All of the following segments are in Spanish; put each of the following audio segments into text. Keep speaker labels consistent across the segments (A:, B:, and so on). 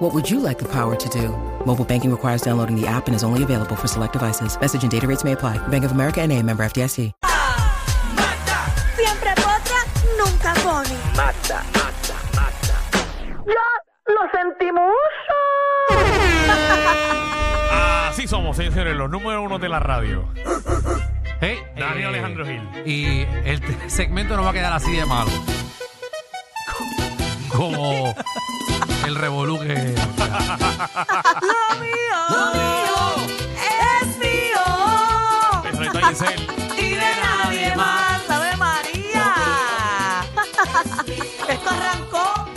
A: What would you like the power to do? Mobile banking requires downloading the app and is only available for select devices. Message and data rates may apply. Bank of America and a member FDIC.
B: Siempre potra, nunca pone.
C: ¡Ya lo sentimos!
D: Así somos, señores, y señores, los número uno de la radio.
E: Hey,
F: Eh,
D: Daniel Alejandro Gil.
E: Eh, Y el t- segmento no va a quedar así de malo. Como el revolú
B: Lo
E: que.
B: mío, lo mío es mío
D: Eso ahí está Giselle.
B: y de nadie más, ¿sabe María? Esto arrancó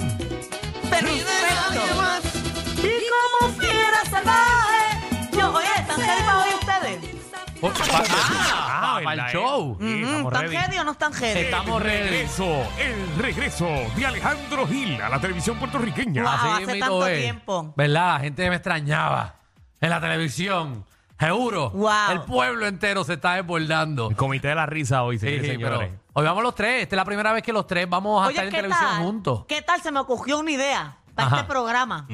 B: perfecto. Y como fiera salvaje, yo, oye, ¿están ready para hoy ustedes?
E: Oh, pa- ah, para
D: ¿verdad,
E: el
D: eh?
E: show.
D: Sí,
B: Mm,
D: estamos
B: ¿Están
D: ready.
B: ready o no están ready?
E: Estamos
D: El
E: ready.
D: Regreso, el regreso de Alejandro Gil a la televisión puertorriqueña.
B: Wow. hace
E: mismito
B: tanto tiempo.
E: ¿Verdad? La gente me extrañaba en la televisión. Seguro.
B: Wow.
E: El pueblo entero se está desbordando.
D: El comité de la risa hoy,
E: Sí,
D: señores. y
E: pero
D: señores.
E: hoy vamos los tres. Esta es la primera vez que los tres vamos a Ah, estar
B: Oye,
E: en
B: ¿qué
E: televisión
B: tal?
E: juntos.
B: ¿Qué tal? Se me ocurrió una idea para
E: Ajá. Mm.
B: este programa.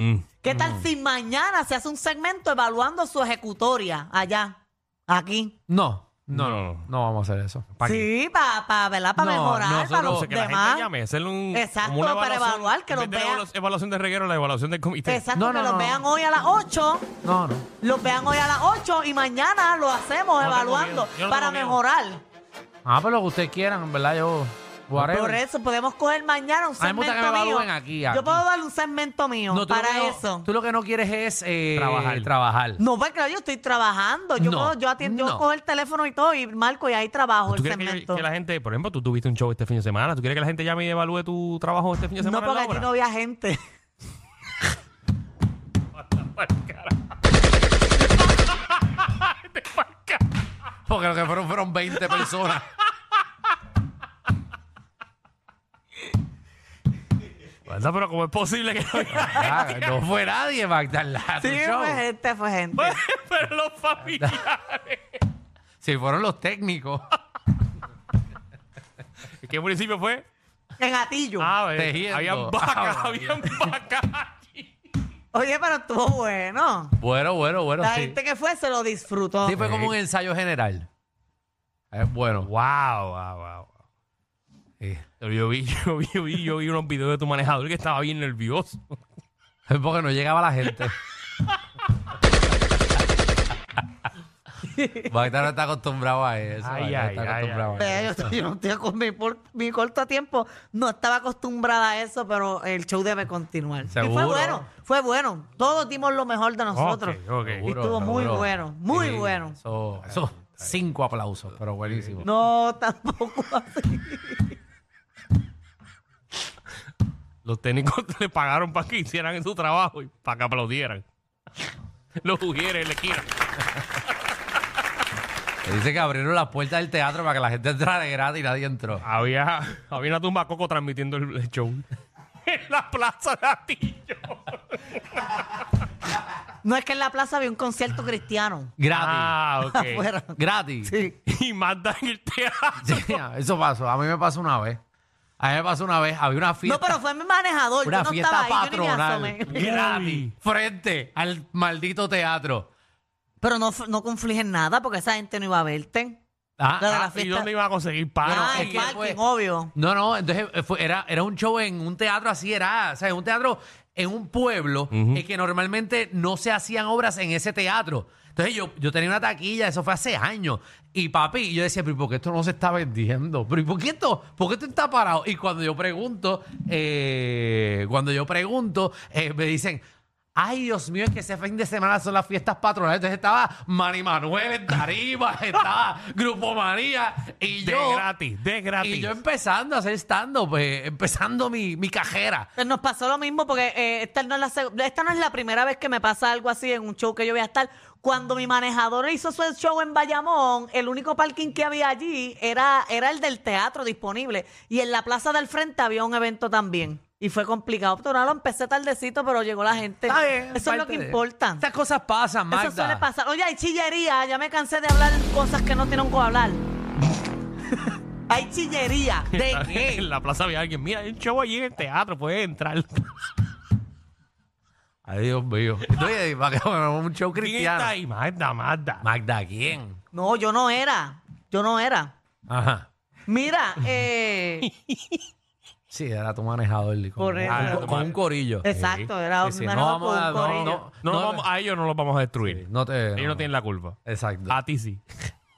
B: ¿Qué tal si mañana se hace un segmento evaluando su ejecutoria allá, aquí?
E: No, no,
D: No.
E: no, no vamos a hacer eso.
D: ¿Para qué?
B: Sí, para pa, para
E: No,
B: mejorar, para
E: nosotros-
B: los
E: o sea,
D: Que la
B: demás.
D: gente llame, hacerle un,
B: Exacto,
D: como una
B: para
D: evaluación,
B: evaluar, que
D: en
B: los
D: vez de
B: vean.
D: evalu- evaluación de reguero, la evaluación del comité.
B: Exacto,
E: No,
B: que
E: no,
B: los
E: no.
B: vean hoy a las 8,
E: No, no.
B: los vean hoy a las 8 y mañana lo hacemos
D: tengo
B: evaluando
D: miedo, yo no
B: para
D: tengo miedo.
B: mejorar.
E: Ah, pero lo que ustedes quieran, en verdad, yo. whatever.
B: Por eso podemos coger mañana un
E: A mí me
B: segmento
E: gusta que me
B: mío.
E: evalúen aquí, aquí.
B: Yo puedo darle un segmento mío
E: No, tú lo
B: para
E: que no-
B: eso.
E: Tú lo que no quieres es eh,
D: Trabajar.
E: trabajar.
B: No, porque yo estoy trabajando. Yo,
E: No,
B: puedo- yo, atiendo, yo
E: no.
B: cojo el teléfono y todo y marco y ahí trabajo
D: ¿Tú
B: el
D: quieres que,
B: segmento.
D: que la gente, por ejemplo, tú tuviste un show este fin de semana? ¿Tú quieres que la gente llame y evalúe tu trabajo este fin de
B: no,
D: semana?
B: porque
D: en la
B: aquí no
D: obra?
B: había gente.
E: Porque lo que fueron fueron 20 personas.
D: Bueno, pero ¿cómo es posible que no haya-
E: Ah, no fue nadie, Magdalena. tu
B: Sí,
E: show.
B: fue gente, fue gente.
D: pero los familiares.
E: Sí, fueron los técnicos.
D: ¿Qué municipio fue?
B: En gatillo.
D: Ah, a ver,
E: Tejiendo.
D: habían vacas,
E: Ah,
D: habían vacas allí.
B: Oye, pero estuvo bueno.
E: Bueno, bueno, bueno.
B: La
E: Sí.
B: gente que fue se lo disfrutó.
E: Sí, fue como un ensayo general. Eh, bueno. Eh.
D: Wow, wow, wow.
E: sí.
D: Yo vi, yo vi, yo vi, yo vi unos videos de tu manejador que estaba bien nervioso.
E: Es porque no llegaba la gente. Magdalena está acostumbrado a eso.
D: Ay,
E: Magdalena
D: ay,
E: está
D: ay,
E: acostumbrado a
B: Vea, yo, estoy- yo no estoy con mi, por- mi corto tiempo. No estaba acostumbrada a eso, pero el show debe continuar. Y fue
E: Seguro.
B: bueno, fue bueno. Todos dimos lo mejor de nosotros.
D: Ok, ok.
E: Seguro,
B: Estuvo muy
E: seguro.
B: bueno, muy bueno.
E: Eso, eso, cinco aplausos, pero buenísimo.
B: No, tampoco así.
D: Los técnicos le pagaron para que hicieran su trabajo y para que aplaudieran. Los ujieres en la esquina.
E: Que Dice que abrieron las puertas del teatro para que la gente entrara de gratis y nadie entró.
D: Había, había una tumba coco transmitiendo el, el show. en la plaza de Atillo.
B: No es que en la plaza había un concierto cristiano.
E: Gratis.
D: Ah, ok.
B: Afuera.
E: Gratis.
B: Sí.
D: Y mandan el teatro.
E: Sí, eso pasó. A mí me pasó una vez. A mí me pasó una vez. Había una fiesta.
B: No, pero fue mi manejador.
E: una
B: yo no
E: fiesta
B: estaba ahí, yo ni me
E: patronal.
B: asomé.
E: Gratis. Frente al maldito teatro.
B: Pero no, fu- no conflige en nada porque esa gente no iba a verte.
E: Ah,
B: La de la
D: ¿Y
B: fiesta.
D: dónde iba a conseguir paro?
B: ah,
E: es
B: en
E: que pues.
B: parking,
E: fue-
B: obvio.
E: No, no, entonces eh, fue- era, era un show en un teatro así, era, o sea, en un teatro en un pueblo eh, que normalmente no se hacían obras en ese teatro. Entonces yo, yo tenía una taquilla, eso fue hace años. Y papi, yo decía, pero ¿y por qué esto no se está vendiendo? ¿Pero ¿y por qué esto, por qué esto está parado? Y cuando yo pregunto, eh, cuando yo pregunto, eh, me dicen, ay, Dios mío, es que ese fin de semana son las fiestas patronales. Entonces estaba Manny Manuel en tarima, estaba Grupo María y
D: De
E: yo.
D: gratis, de gratis.
E: Y yo empezando a hacer stand-up, eh, empezando mi, mi cajera.
B: Pues nos pasó lo mismo porque eh, esta, no es la, seg- esta no es la primera vez que me pasa algo así en un show que yo voy a estar. Cuando mi manejador hizo su show en Bayamón, el único parking que había allí era, era el del teatro disponible. Y en la plaza del frente había un evento también. Y fue complicado. Pero ahora lo empecé tardecito, pero llegó la gente.
E: Está
B: Eso
E: bien,
B: es lo
E: parte
B: que
E: de-
B: importa.
E: Estas cosas pasan, Magda.
B: Eso suele pasar. Oye, hay chillería. Ya me cansé de hablar cosas que no tienen que hablar. hay chillería.
E: ¿De qué?
D: en la plaza había alguien. Mira, hay un show allí en el teatro, puedes entrar.
E: Ay, Dios mío. Oye, para que bueno, un show
D: ¿Quién está
E: cristiano.
D: ahí? Magda, Magda.
E: Magda, ¿quién?
B: No, yo no era. Yo no era.
E: Ajá.
B: Mira, eh,
E: Sí, era tu manejador. y Con,
B: Por eso.
E: ah, con- con un corillo.
B: exacto, era un
E: Sí, sí, no
B: manejador
E: vamos
B: con
E: a-
B: un corillo.
D: No,
E: no, No,
D: lo vamos- a ellos no los vamos a destruir.
E: No te.
D: ellos no tienen la culpa.
E: Exacto.
D: A ti sí.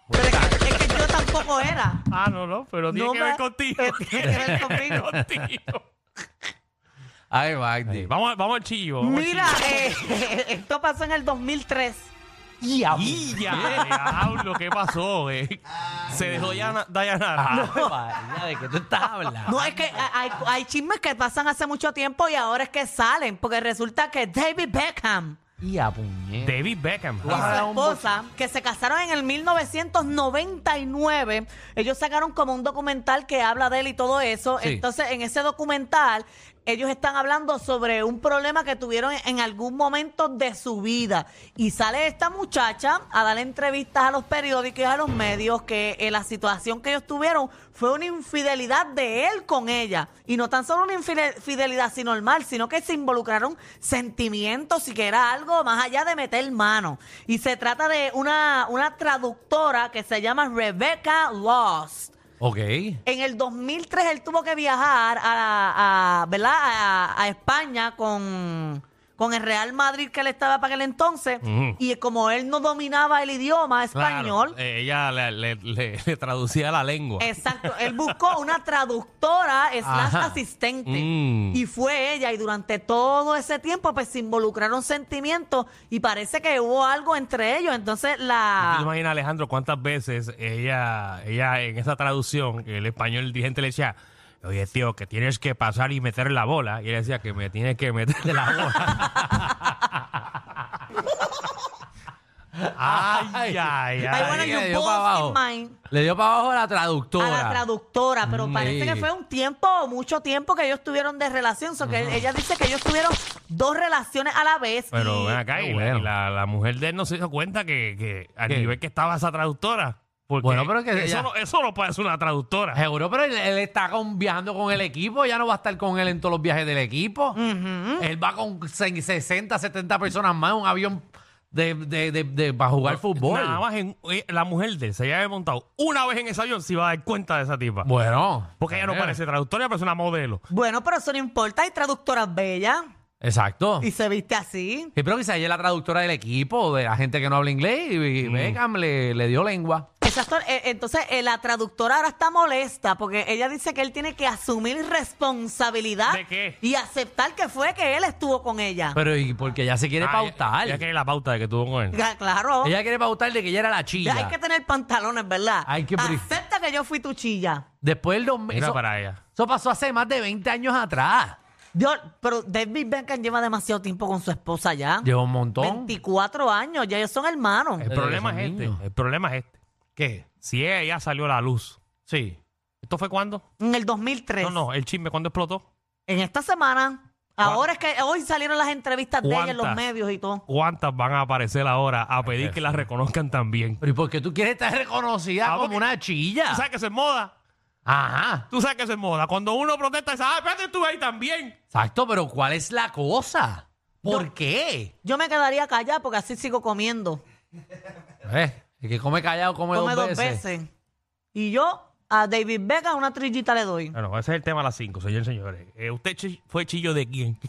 B: Pero es que, es que yo tampoco era.
D: Ah, no, no, pero tiene
B: No
D: que
B: me-
D: ver contigo.
B: Eh, tiene que ver conmigo.
D: contigo.
E: Ay, Magdi.
D: Eh, Vamos, a- vamos al chillo. vamos al
B: Mira,
D: chillo.
B: eh, esto pasó en el 2003.
D: Y ya, diablo, ¿qué pasó? eh? Se dejó ya Dayanara.
B: Ah.
E: Ay, María, ¿de qué tú estás hablando?
B: No, es que hay, hay chismes que pasan hace mucho tiempo y ahora es que salen, porque resulta que David Beckham
E: Y a puñeta.
D: David Beckham.
B: y
E: Ah,
B: su
E: un
B: esposa, que se casaron en el 1999. Ellos sacaron como un documental que habla de él y todo eso.
E: Sí.
B: Entonces, en ese documental, ellos están hablando sobre un problema que tuvieron en algún momento de su vida. Y sale esta muchacha a dar entrevistas a los periódicos y a los medios que eh, la situación que ellos tuvieron fue una infidelidad de él con ella. Y no tan solo una infidelidad así normal, sino que se involucraron sentimientos y que era algo más allá de meter mano. Y se trata de una, una traductora que se llama Rebecca Lost.
E: Ok.
B: En el 2003 él tuvo que viajar a, a- ¿verdad? a, a España con, con el Real Madrid que él estaba para aquel entonces.
D: Ujú.
B: Y como él no dominaba el idioma español,
D: Claro, eh, ella le, le- le- le traducía la lengua.
B: Exacto, él buscó una traductora slash
E: Ajá.
B: asistente
D: Mm.
B: y fue ella y durante todo ese tiempo pues se involucraron sentimientos y parece que hubo algo entre ellos, entonces
D: ¿Tú
E: Ah.
D: te
B: la...
D: imaginas, Alejandro, cuántas veces ella, ella en esa traducción, que el español el dirigente le decía, oye, tío, que tienes que pasar y meter la bola? Y él decía que me tienes que meter la bola. ay, ay, ay.
B: Ay, bueno,
E: que
B: you
E: le dio
B: both
E: para
B: in
E: abajo.
B: mine.
E: Le dio para abajo a la
B: A
E: traductora.
B: la traductora, pero
E: Mm.
B: parece que
E: Sí.
B: fue un tiempo, mucho tiempo que ellos tuvieron de relación. so que Ella dice que ellos tuvieron dos relaciones a la vez.
D: Pero
B: y-
D: ven acá,
E: Qué
D: y, la-
E: bueno.
D: y la, la mujer de él no se dio cuenta que, que al
E: ¿Qué?
D: nivel que estaba esa traductora. Porque
E: Bueno, pero que
D: eso,
E: ella-
D: no, eso no puede ser una traductora.
E: Seguro, pero él, él está con- viajando con el equipo, ya no va a estar con él en todos los viajes del equipo. Él va con se- 60, 70 personas más en un avión de, de, de- de- para jugar fútbol.
D: Nada más en- eh, la mujer de él se haya montado una vez en ese avión si va a dar cuenta de esa tipa.
E: Bueno.
D: Porque ella no
E: mira.
D: parece traductora, pero es una modelo.
B: Bueno, pero eso no importa, hay traductoras bellas
E: Exacto.
B: y se viste así.
E: Sí, pero quizás ella es la traductora del equipo, de la gente que no habla inglés, y, y
D: Mm.
E: Beckham le, le dio lengua.
B: Exacto. Eh, Entonces, eh, la traductora ahora está molesta porque ella dice que él tiene que asumir responsabilidad
D: ¿De qué?
B: y aceptar que fue que él estuvo con ella.
E: Pero y porque ella se quiere
D: Ah,
E: pautar.
D: Ella,
E: Ella,
D: ella quiere la pauta de que tuvo con él.
B: Ah, claro.
E: quiere pautar de que ella era la chilla.
B: Hay que tener pantalones, ¿verdad?
E: Hay que pri-
B: Acepta que yo fui tu chilla.
E: Después del 2000.
D: Mira
E: Eso,
D: para ella.
E: eso pasó hace más de 20 años atrás.
B: Dios, pero David Beckham lleva demasiado tiempo con su esposa ya.
E: Lleva un montón.
B: 24 años, ya ellos son hermanos.
D: El
E: Desde
D: problema
E: que
D: es
E: son
D: este.
E: niños.
D: El problema es este.
E: ¿Qué?
D: Si ella salió a la luz.
E: Sí.
D: ¿Esto fue cuándo?
B: En el 2003.
D: No, no, el chisme, ¿cuándo explotó?
B: En esta semana. Ahora es que hoy salieron las entrevistas de ella en los
D: ¿Cuántas?
B: medios y todo.
D: ¿Cuántas van a aparecer ahora a pedir que las reconozcan también?
E: Pero ¿y por qué tú quieres estar reconocida
D: Ah,
E: como
D: porque-
E: una chilla?
D: ¿Tú sabes que eso es moda?
E: Ajá.
D: Tú sabes que eso es moda. Cuando uno protesta, dice, ah, espérate, tú ahí también.
E: Exacto, pero ¿cuál es la cosa? ¿Por qué?
B: Yo me quedaría callada porque así sigo comiendo.
E: Eh, el que come callado come,
B: Come
E: dos,
B: dos
E: veces.
B: veces. Y yo a David Beckham una trillita le doy.
D: Bueno, ese es el tema a las 5, señores y señores. Eh, ¿Usted chi- fue chillo de quién?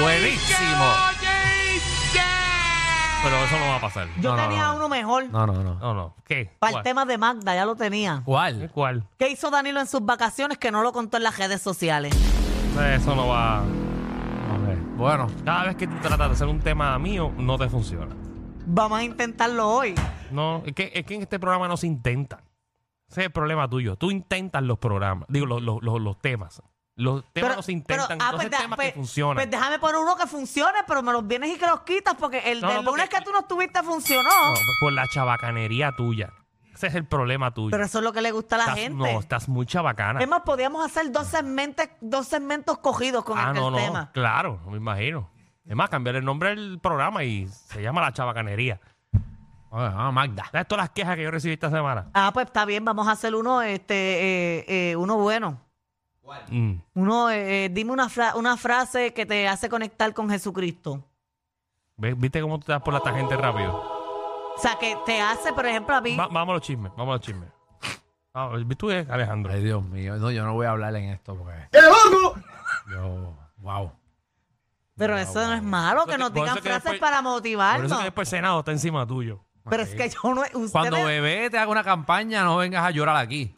E: Buenísimo.
D: ¡Oye! Pero eso no va a pasar.
B: Yo
E: No, no,
B: tenía
E: no, no.
B: uno mejor
E: No, no, no.
D: No, no. ¿Qué?
B: para el tema de Magda, ya lo tenía.
E: ¿Cuál?
D: ¿Cuál?
B: ¿Qué hizo Danilo en sus vacaciones que no lo contó en las redes sociales?
D: Eh, Eso no va.
E: Bueno,
D: Cada vez que tú tratas de hacer un tema mío, no te funciona.
B: Vamos a intentarlo hoy.
D: No, es que, es que en este programa no se intentan. Ese es el problema tuyo. Tú intentas los programas, digo, los, los, los, los temas. Los temas no se intentan,
B: ah,
D: no
B: pues
D: se
B: de-
D: temas
B: pues-
D: que funcionan.
B: Pues déjame poner uno que funcione, pero me los vienes y que los quitas porque el
D: No,
B: del
D: no, porque- eh,
B: lunes que tú no estuviste funcionó.
D: No, por la chabacanería tuya. Ese es el problema tuyo.
B: Pero eso es lo que le gusta a la
D: Estás-
B: gente.
D: No, estás muy chabacana.
B: Es más, podíamos hacer dos segmentos, dos segmentos cogidos con
D: ah,
B: aquel
D: no, no.
B: tema.
D: Claro, me imagino. Es más, cambiar el nombre del programa y se llama la chabacanería.
E: ah, Magda.
D: ¿Sabes todas las quejas que yo recibí esta semana?
B: Ah, pues está bien, vamos a hacer uno, este, eh, eh, uno bueno.
D: Mm.
B: Uno, eh, eh, dime una, fra- una frase que te hace conectar con Jesucristo.
D: ¿Ves- ¿Viste cómo te das
B: Oh.
D: por la tangente rápido?
B: O sea, que te hace, por ejemplo, a mí.
D: Va- vamos a los chismes, vamos a los chismes. Ah, ¿Tú eh, Alejandro?
E: Ay, Dios mío. No, yo no voy a hablar en esto porque. Yo, wow.
B: pero eso no es malo, que
D: que-
B: nos
D: por eso
B: digan
D: que
B: frases
D: después-
B: para
D: Por eso
B: motivarnos.
D: que después el Senado está encima tuyo.
B: Pero es que yo no. Ustedes,
E: Cuando bebé te haga una campaña, no vengas a llorar aquí.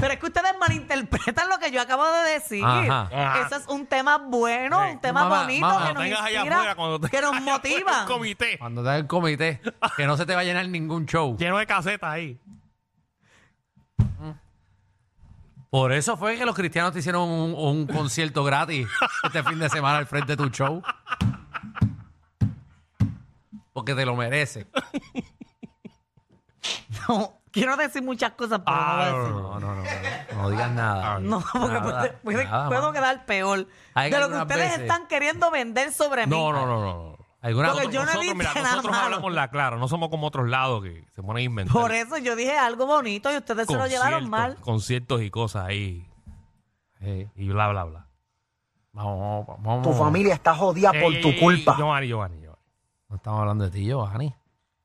B: Pero es que ustedes malinterpretan lo que yo acabo de decir.
E: Ajá.
D: Ajá.
B: Eso es un tema bueno, un tema
E: Mamá,
B: bonito
E: mamá,
B: que nos
D: Ah. tengas allá
B: inspira,
D: afuera cuando te-
B: que nos
D: allá afuera
B: motiva.
D: el comité
E: Cuando te haga el comité, que no se te va a llenar ningún show.
D: lleno de casetas ahí.
E: Por eso fue que los cristianos te hicieron un, un concierto gratis este fin de semana al frente de tu show. Porque te lo mereces.
B: No, quiero decir muchas cosas, pero Ah, no voy a decir.
E: No, no, no. No, no digas nada.
B: No, porque
E: Ah, Nada,
B: puede- puede-
E: nada,
B: puedo
E: mano.
B: quedar peor de
E: Hay
B: lo que
E: algunas
B: ustedes
E: veces-
B: están queriendo vender sobre mí.
D: No, no, no, no. no.
E: Alguna
B: Porque yo no he
D: nosotros,
B: dicho
D: mira,
B: nada
D: nosotros
B: malo.
D: hablamos la clara, no somos como otros lados que se ponen a inventar.
B: Por eso yo dije algo bonito y ustedes se lo llevaron mal.
D: conciertos y cosas ahí. Eh,
E: Sí.
D: Y bla, bla, bla.
E: Vamos, vamos.
F: Tu familia está jodida por
D: Ey,
F: tu
D: ey, ey,
F: culpa.
D: Giovanni, Giovanni, Giovanni.
E: No estamos hablando de ti, Giovanni.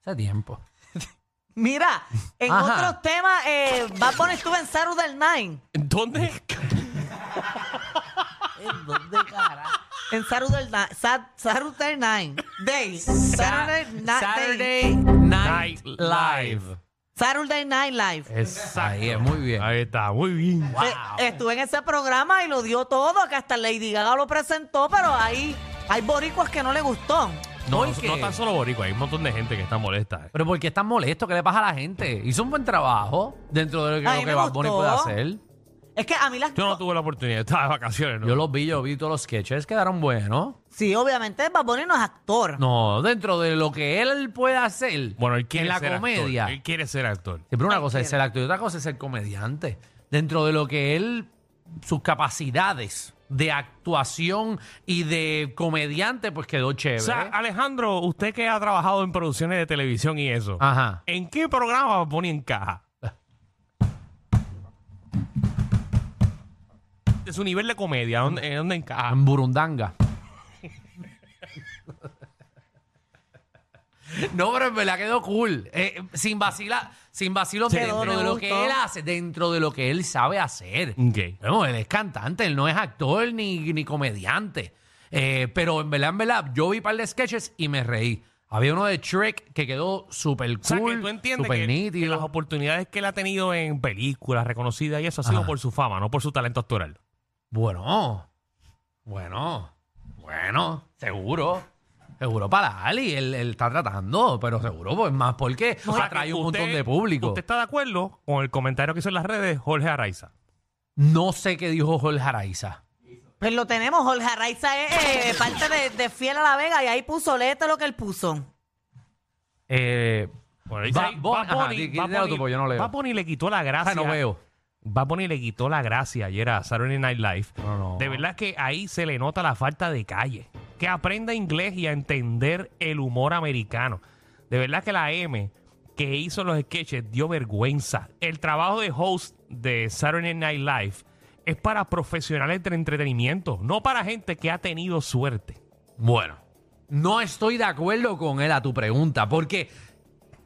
E: Hace tiempo.
B: Mira, en
E: Ajá.
B: otros temas, eh, Bad Bunny estuvo en Saturday Night.
D: ¿Dónde?
B: En Saturday Night. Sa- Saturday Night. Day. Saturday Night. Day.
E: Saturday
D: Night
E: Night Live.
D: Live.
B: Saturday Night Live.
D: Exacto.
E: Ahí es, muy bien.
D: Ahí está, muy bien.
B: Eh, estuve en ese programa y lo dio todo, que hasta Lady Gaga lo presentó, pero ahí hay boricuas que no le gustó.
D: No,
E: ¿Por
D: no,
E: qué?
D: no tan solo boricua, hay un montón de gente que está molesta. eh.
E: Pero ¿por qué están molestos? ¿Qué le pasa a la gente? Hizo un buen trabajo dentro de lo
B: A
E: que,
B: mí
E: lo
B: me
E: que Bad Bunny
B: gustó.
E: puede hacer.
B: Es que a mí las
D: Yo no tuve la oportunidad, estaba de vacaciones. ¿no?
E: Yo los vi, yo vi todos los sketches, quedaron buenos.
B: Sí, obviamente Bad Bunny no es actor.
E: No, dentro de lo que él puede hacer
D: Bueno, él quiere
E: en la
D: ser
E: comedia.
D: actor. Él quiere ser actor.
E: Siempre una cosa es
B: quiere.
E: ser actor y otra cosa es ser comediante. Dentro de lo que él, sus capacidades de actuación y de comediante, pues quedó chévere.
D: O sea, Alejandro, usted que ha trabajado en producciones de televisión y eso,
E: Ajá.
D: ¿en qué programa ponía en caja? De su nivel de comedia, ¿dónde, en dónde encaja?
E: En Burundanga. No, pero en verdad quedó cool. Eh, sin vacilar, sin vacilo
B: Quedó,
E: dentro
B: me
E: de lo
B: gustó.
E: que él hace, dentro de lo que él sabe hacer.
D: Ok.
E: Bueno, él es cantante, él no es actor ni, ni comediante. Eh, pero en verdad, en verdad, yo vi un par de sketches y me reí. Había uno de Shrek que quedó súper cool,
D: O sea, que tú entiendes
E: súper
D: que, que
E: nítido.
D: las oportunidades que él ha tenido en películas reconocidas y eso ha sido
E: Ajá.
D: por su fama, no por su talento actoral.
E: Bueno, bueno, bueno, seguro. Seguro para Ali, él, él está tratando, pero seguro pues más porque
D: O sea,
E: atrae
D: que
E: un
D: usted-
E: montón de público.
D: ¿Usted está de acuerdo con el comentario que hizo en las redes Jorge Araiza?
E: No sé qué dijo Jorge Araiza.
B: Pues lo tenemos, Jorge Arraiza es eh, parte de, de Fiel a la Vega y ahí puso, léete lo que él puso.
E: Eh,
D: Bueno,
E: Bad
D: ahí-
E: Bunny-
D: Bad
E: ajá,
D: Bunny-
E: di-
D: Bad
E: dímelo tú,
D: Bunny-
E: porque Pues yo no leo.
D: Bad Bunny le quitó la
E: o sea,
D: gracia.
E: no veo.
D: Bad Bunny le quitó la gracia ayer a Saturday Night Live.
E: No, no.
D: De verdad que ahí se le nota la falta de calle. Que aprenda inglés y a entender el humor americano. De verdad que la M que hizo los sketches dio vergüenza. El trabajo de host de Saturday Night Live es para profesionales del entretenimiento, no para gente que ha tenido suerte.
E: Bueno, no estoy de acuerdo con él a tu pregunta, porque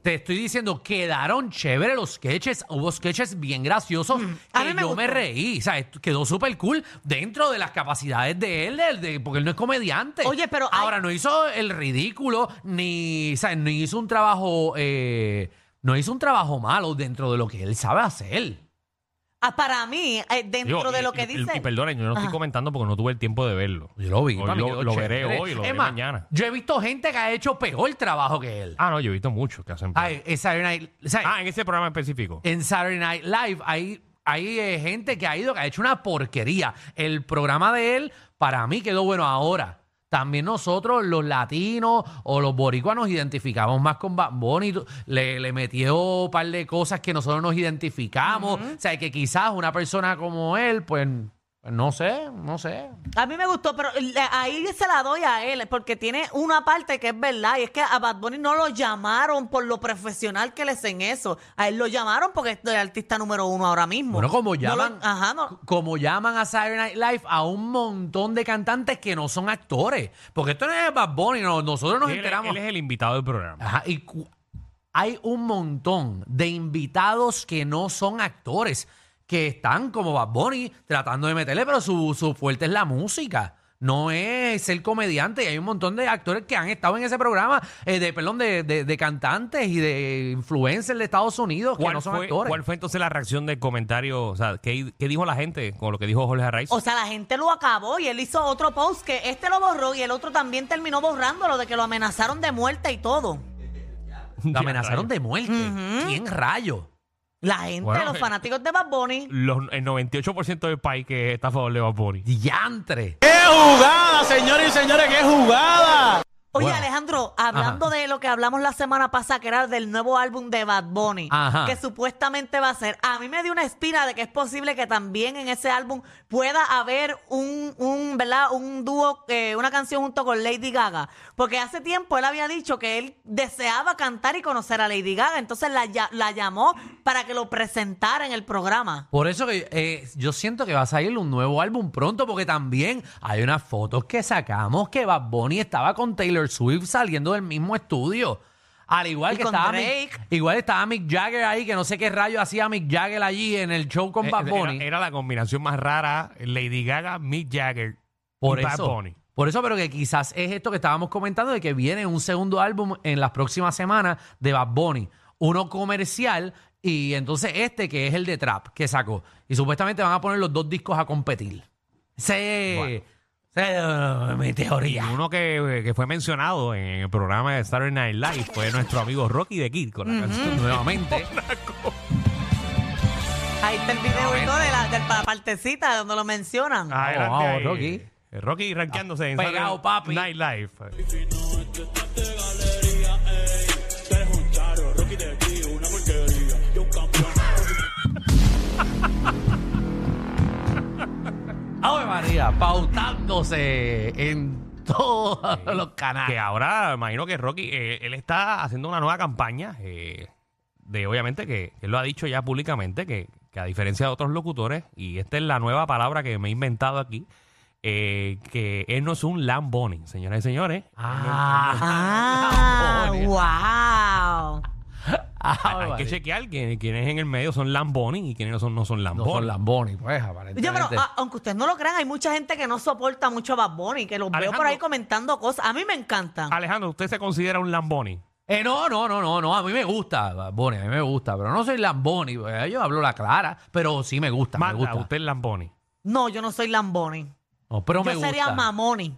E: Te estoy diciendo, quedaron chéveres los sketches. Hubo sketches bien graciosos.
B: Mm, a
E: que
B: mí me
E: yo me
B: gustó.
E: reí. O sea, esto quedó súper cool dentro de las capacidades de él, del- de- porque él no es comediante.
B: Oye, pero hay-
E: Ahora, no hizo el ridículo, ni, o sea, ni hizo un trabajo. eh, no hizo un trabajo malo dentro de lo que él sabe hacer.
B: Ah, para mí, eh, dentro
D: Digo,
B: de
D: y-
B: lo que
D: y-
B: dice.
D: Y, perdonen, yo no
B: Ajá.
D: estoy comentando porque no tuve el tiempo de verlo.
E: Yo lo vi.
D: Hoy
E: para mí
D: lo-
E: quedó
D: lo veré
E: chévere.
D: hoy, lo
E: Es
D: veré
E: más,
D: mañana.
E: Yo he visto gente que ha hecho peor trabajo que él.
D: Ah, no, yo he visto muchos que hacen.
E: Ay, en Saturday Night- o sea,
D: ah, en ese programa específico.
E: en Saturday Night Live hay, hay eh, gente que ha ido que ha hecho una porquería. El programa de él, para mí, quedó bueno ahora. También nosotros, los latinos o los boricuas, nos identificamos más con Bad Bunny. Tú- Le, le metió un par de cosas que nosotros nos identificamos. O sea, que quizás una persona como él, pues, pues no sé, no sé.
B: A mí me gustó, pero le- ahí se la doy a él, porque tiene una parte que es verdad, y es que a Bad Bunny no lo llamaron por lo profesional que él es en eso. A él lo llamaron porque es el artista número uno ahora mismo.
E: Bueno, como
B: No lo-
E: llaman,
B: ajá, no-
E: como llaman a Saturday Night Live a un montón de cantantes que no son actores. Porque esto no es Bad Bunny, no, nosotros nos
D: Él-
E: enteramos.
D: él es el invitado del programa.
E: Ajá, y cu- hay un montón de invitados que no son actores, que están como Bad Bunny tratando de meterle, pero su, su fuerte es la música. No es ser comediante. Y hay un montón de actores que han estado en ese programa, eh, de, perdón, de, de- de cantantes y de influencers de Estados Unidos que
D: ¿Cuál,
E: no son
D: fue,
E: actores.
D: cuál fue entonces la reacción del comentario? O sea, ¿qué, qué dijo la gente con lo que dijo Jorge Arraiz?
B: O sea, la gente lo acabó y él hizo otro post que este lo borró y el otro también terminó borrándolo de que lo amenazaron de muerte y todo.
E: Lo amenazaron de muerte. ¿Quién rayo?
B: La gente,
D: Bueno,
B: los
D: eh,
B: fanáticos de Bad Bunny.
D: Los, el 98% del país que está a favor de Bad Bunny.
E: Diantre.
F: ¡Qué jugada, señores y señores! ¡Qué jugada!
B: Oye,
E: Bueno.
B: Alejandro, hablando de lo que hablamos la semana pasada, que era del nuevo álbum de Bad Bunny,
E: Ajá.
B: que supuestamente va a ser, a mí me dio una espina de que es posible que también en ese álbum pueda haber un, un ¿verdad? Un dúo, eh, una canción junto con Lady Gaga. Porque hace tiempo él había dicho que él deseaba cantar y conocer a Lady Gaga, entonces la, lla- la llamó para que lo presentara en el programa.
E: Por eso que eh, yo siento que va a salir un nuevo álbum pronto, porque también hay unas fotos que sacamos que Bad Bunny estaba con Taylor Swift saliendo del mismo estudio. Al igual
B: Y
E: que
B: con
E: estaba
B: Drake.
E: Mick, igual estaba Mick Jagger ahí, que no sé qué rayo hacía Mick Jagger allí en el show con
D: Eh,
E: Bad
D: era-
E: Bunny.
D: Era, la combinación más rara: Lady Gaga, Mick Jagger
E: por
D: y Bad
E: eso.
D: Bunny.
E: Por eso, pero que quizás es esto que estábamos comentando de que viene un segundo álbum en las próximas semanas de Bad Bunny. Uno comercial y entonces este que es el de Trap que sacó. Y supuestamente van a poner los dos discos a competir. Sí. Sí, eh, mi
D: Y
E: teoría.
D: uno que, que fue mencionado en el programa de Saturday Night Live fue nuestro amigo Rocky de Kid con la canción
E: Nuevamente.
B: Ahí está el video y todo de la, de la partecita donde lo mencionan.
D: Adelante
E: vamos,
D: ahí.
E: Rocky.
D: Rocky rankeándose en
E: Pegado,
D: Saturday
E: papi.
D: Night Live.
E: Ave María, pautándose en todos los
D: Que
E: canales.
D: ahora imagino que Rocky, eh, él está haciendo una nueva campaña eh, de obviamente que él lo ha dicho ya públicamente, que, que a diferencia de otros locutores, y esta es la nueva palabra que me he inventado aquí, eh, que él no es un Lamboni, señoras y señores.
E: Ah,
B: Ah,
E: Bad Bunny.
B: wow.
E: Ave
D: Hay que
E: María.
D: chequear quién- quiénes en el medio son Lamboni y quiénes no son, no son
E: No
D: Lamboni.
E: son Lamboni, pues,
B: Yo, pero
E: aparentemente.
B: a- aunque ustedes no lo crean, hay mucha gente que no soporta mucho a Bad Bunny, que los veo por
D: Alejandro.
B: ahí comentando cosas. A mí me
E: Ah.
B: encantan.
D: Alejandro, ¿usted se considera un Lamboni?
E: Eh, no, no, no, no, no. A mí me gusta, Bad Bunny, a mí me gusta, pero no soy Lamboni. eh, Yo hablo la clara, pero sí me gusta, me
D: Manda,
E: gusta.
D: usted es Lamboni.
B: No, yo no soy Lamboni.
E: No, pero me
B: yo sería
E: gusta.
B: Mamoni.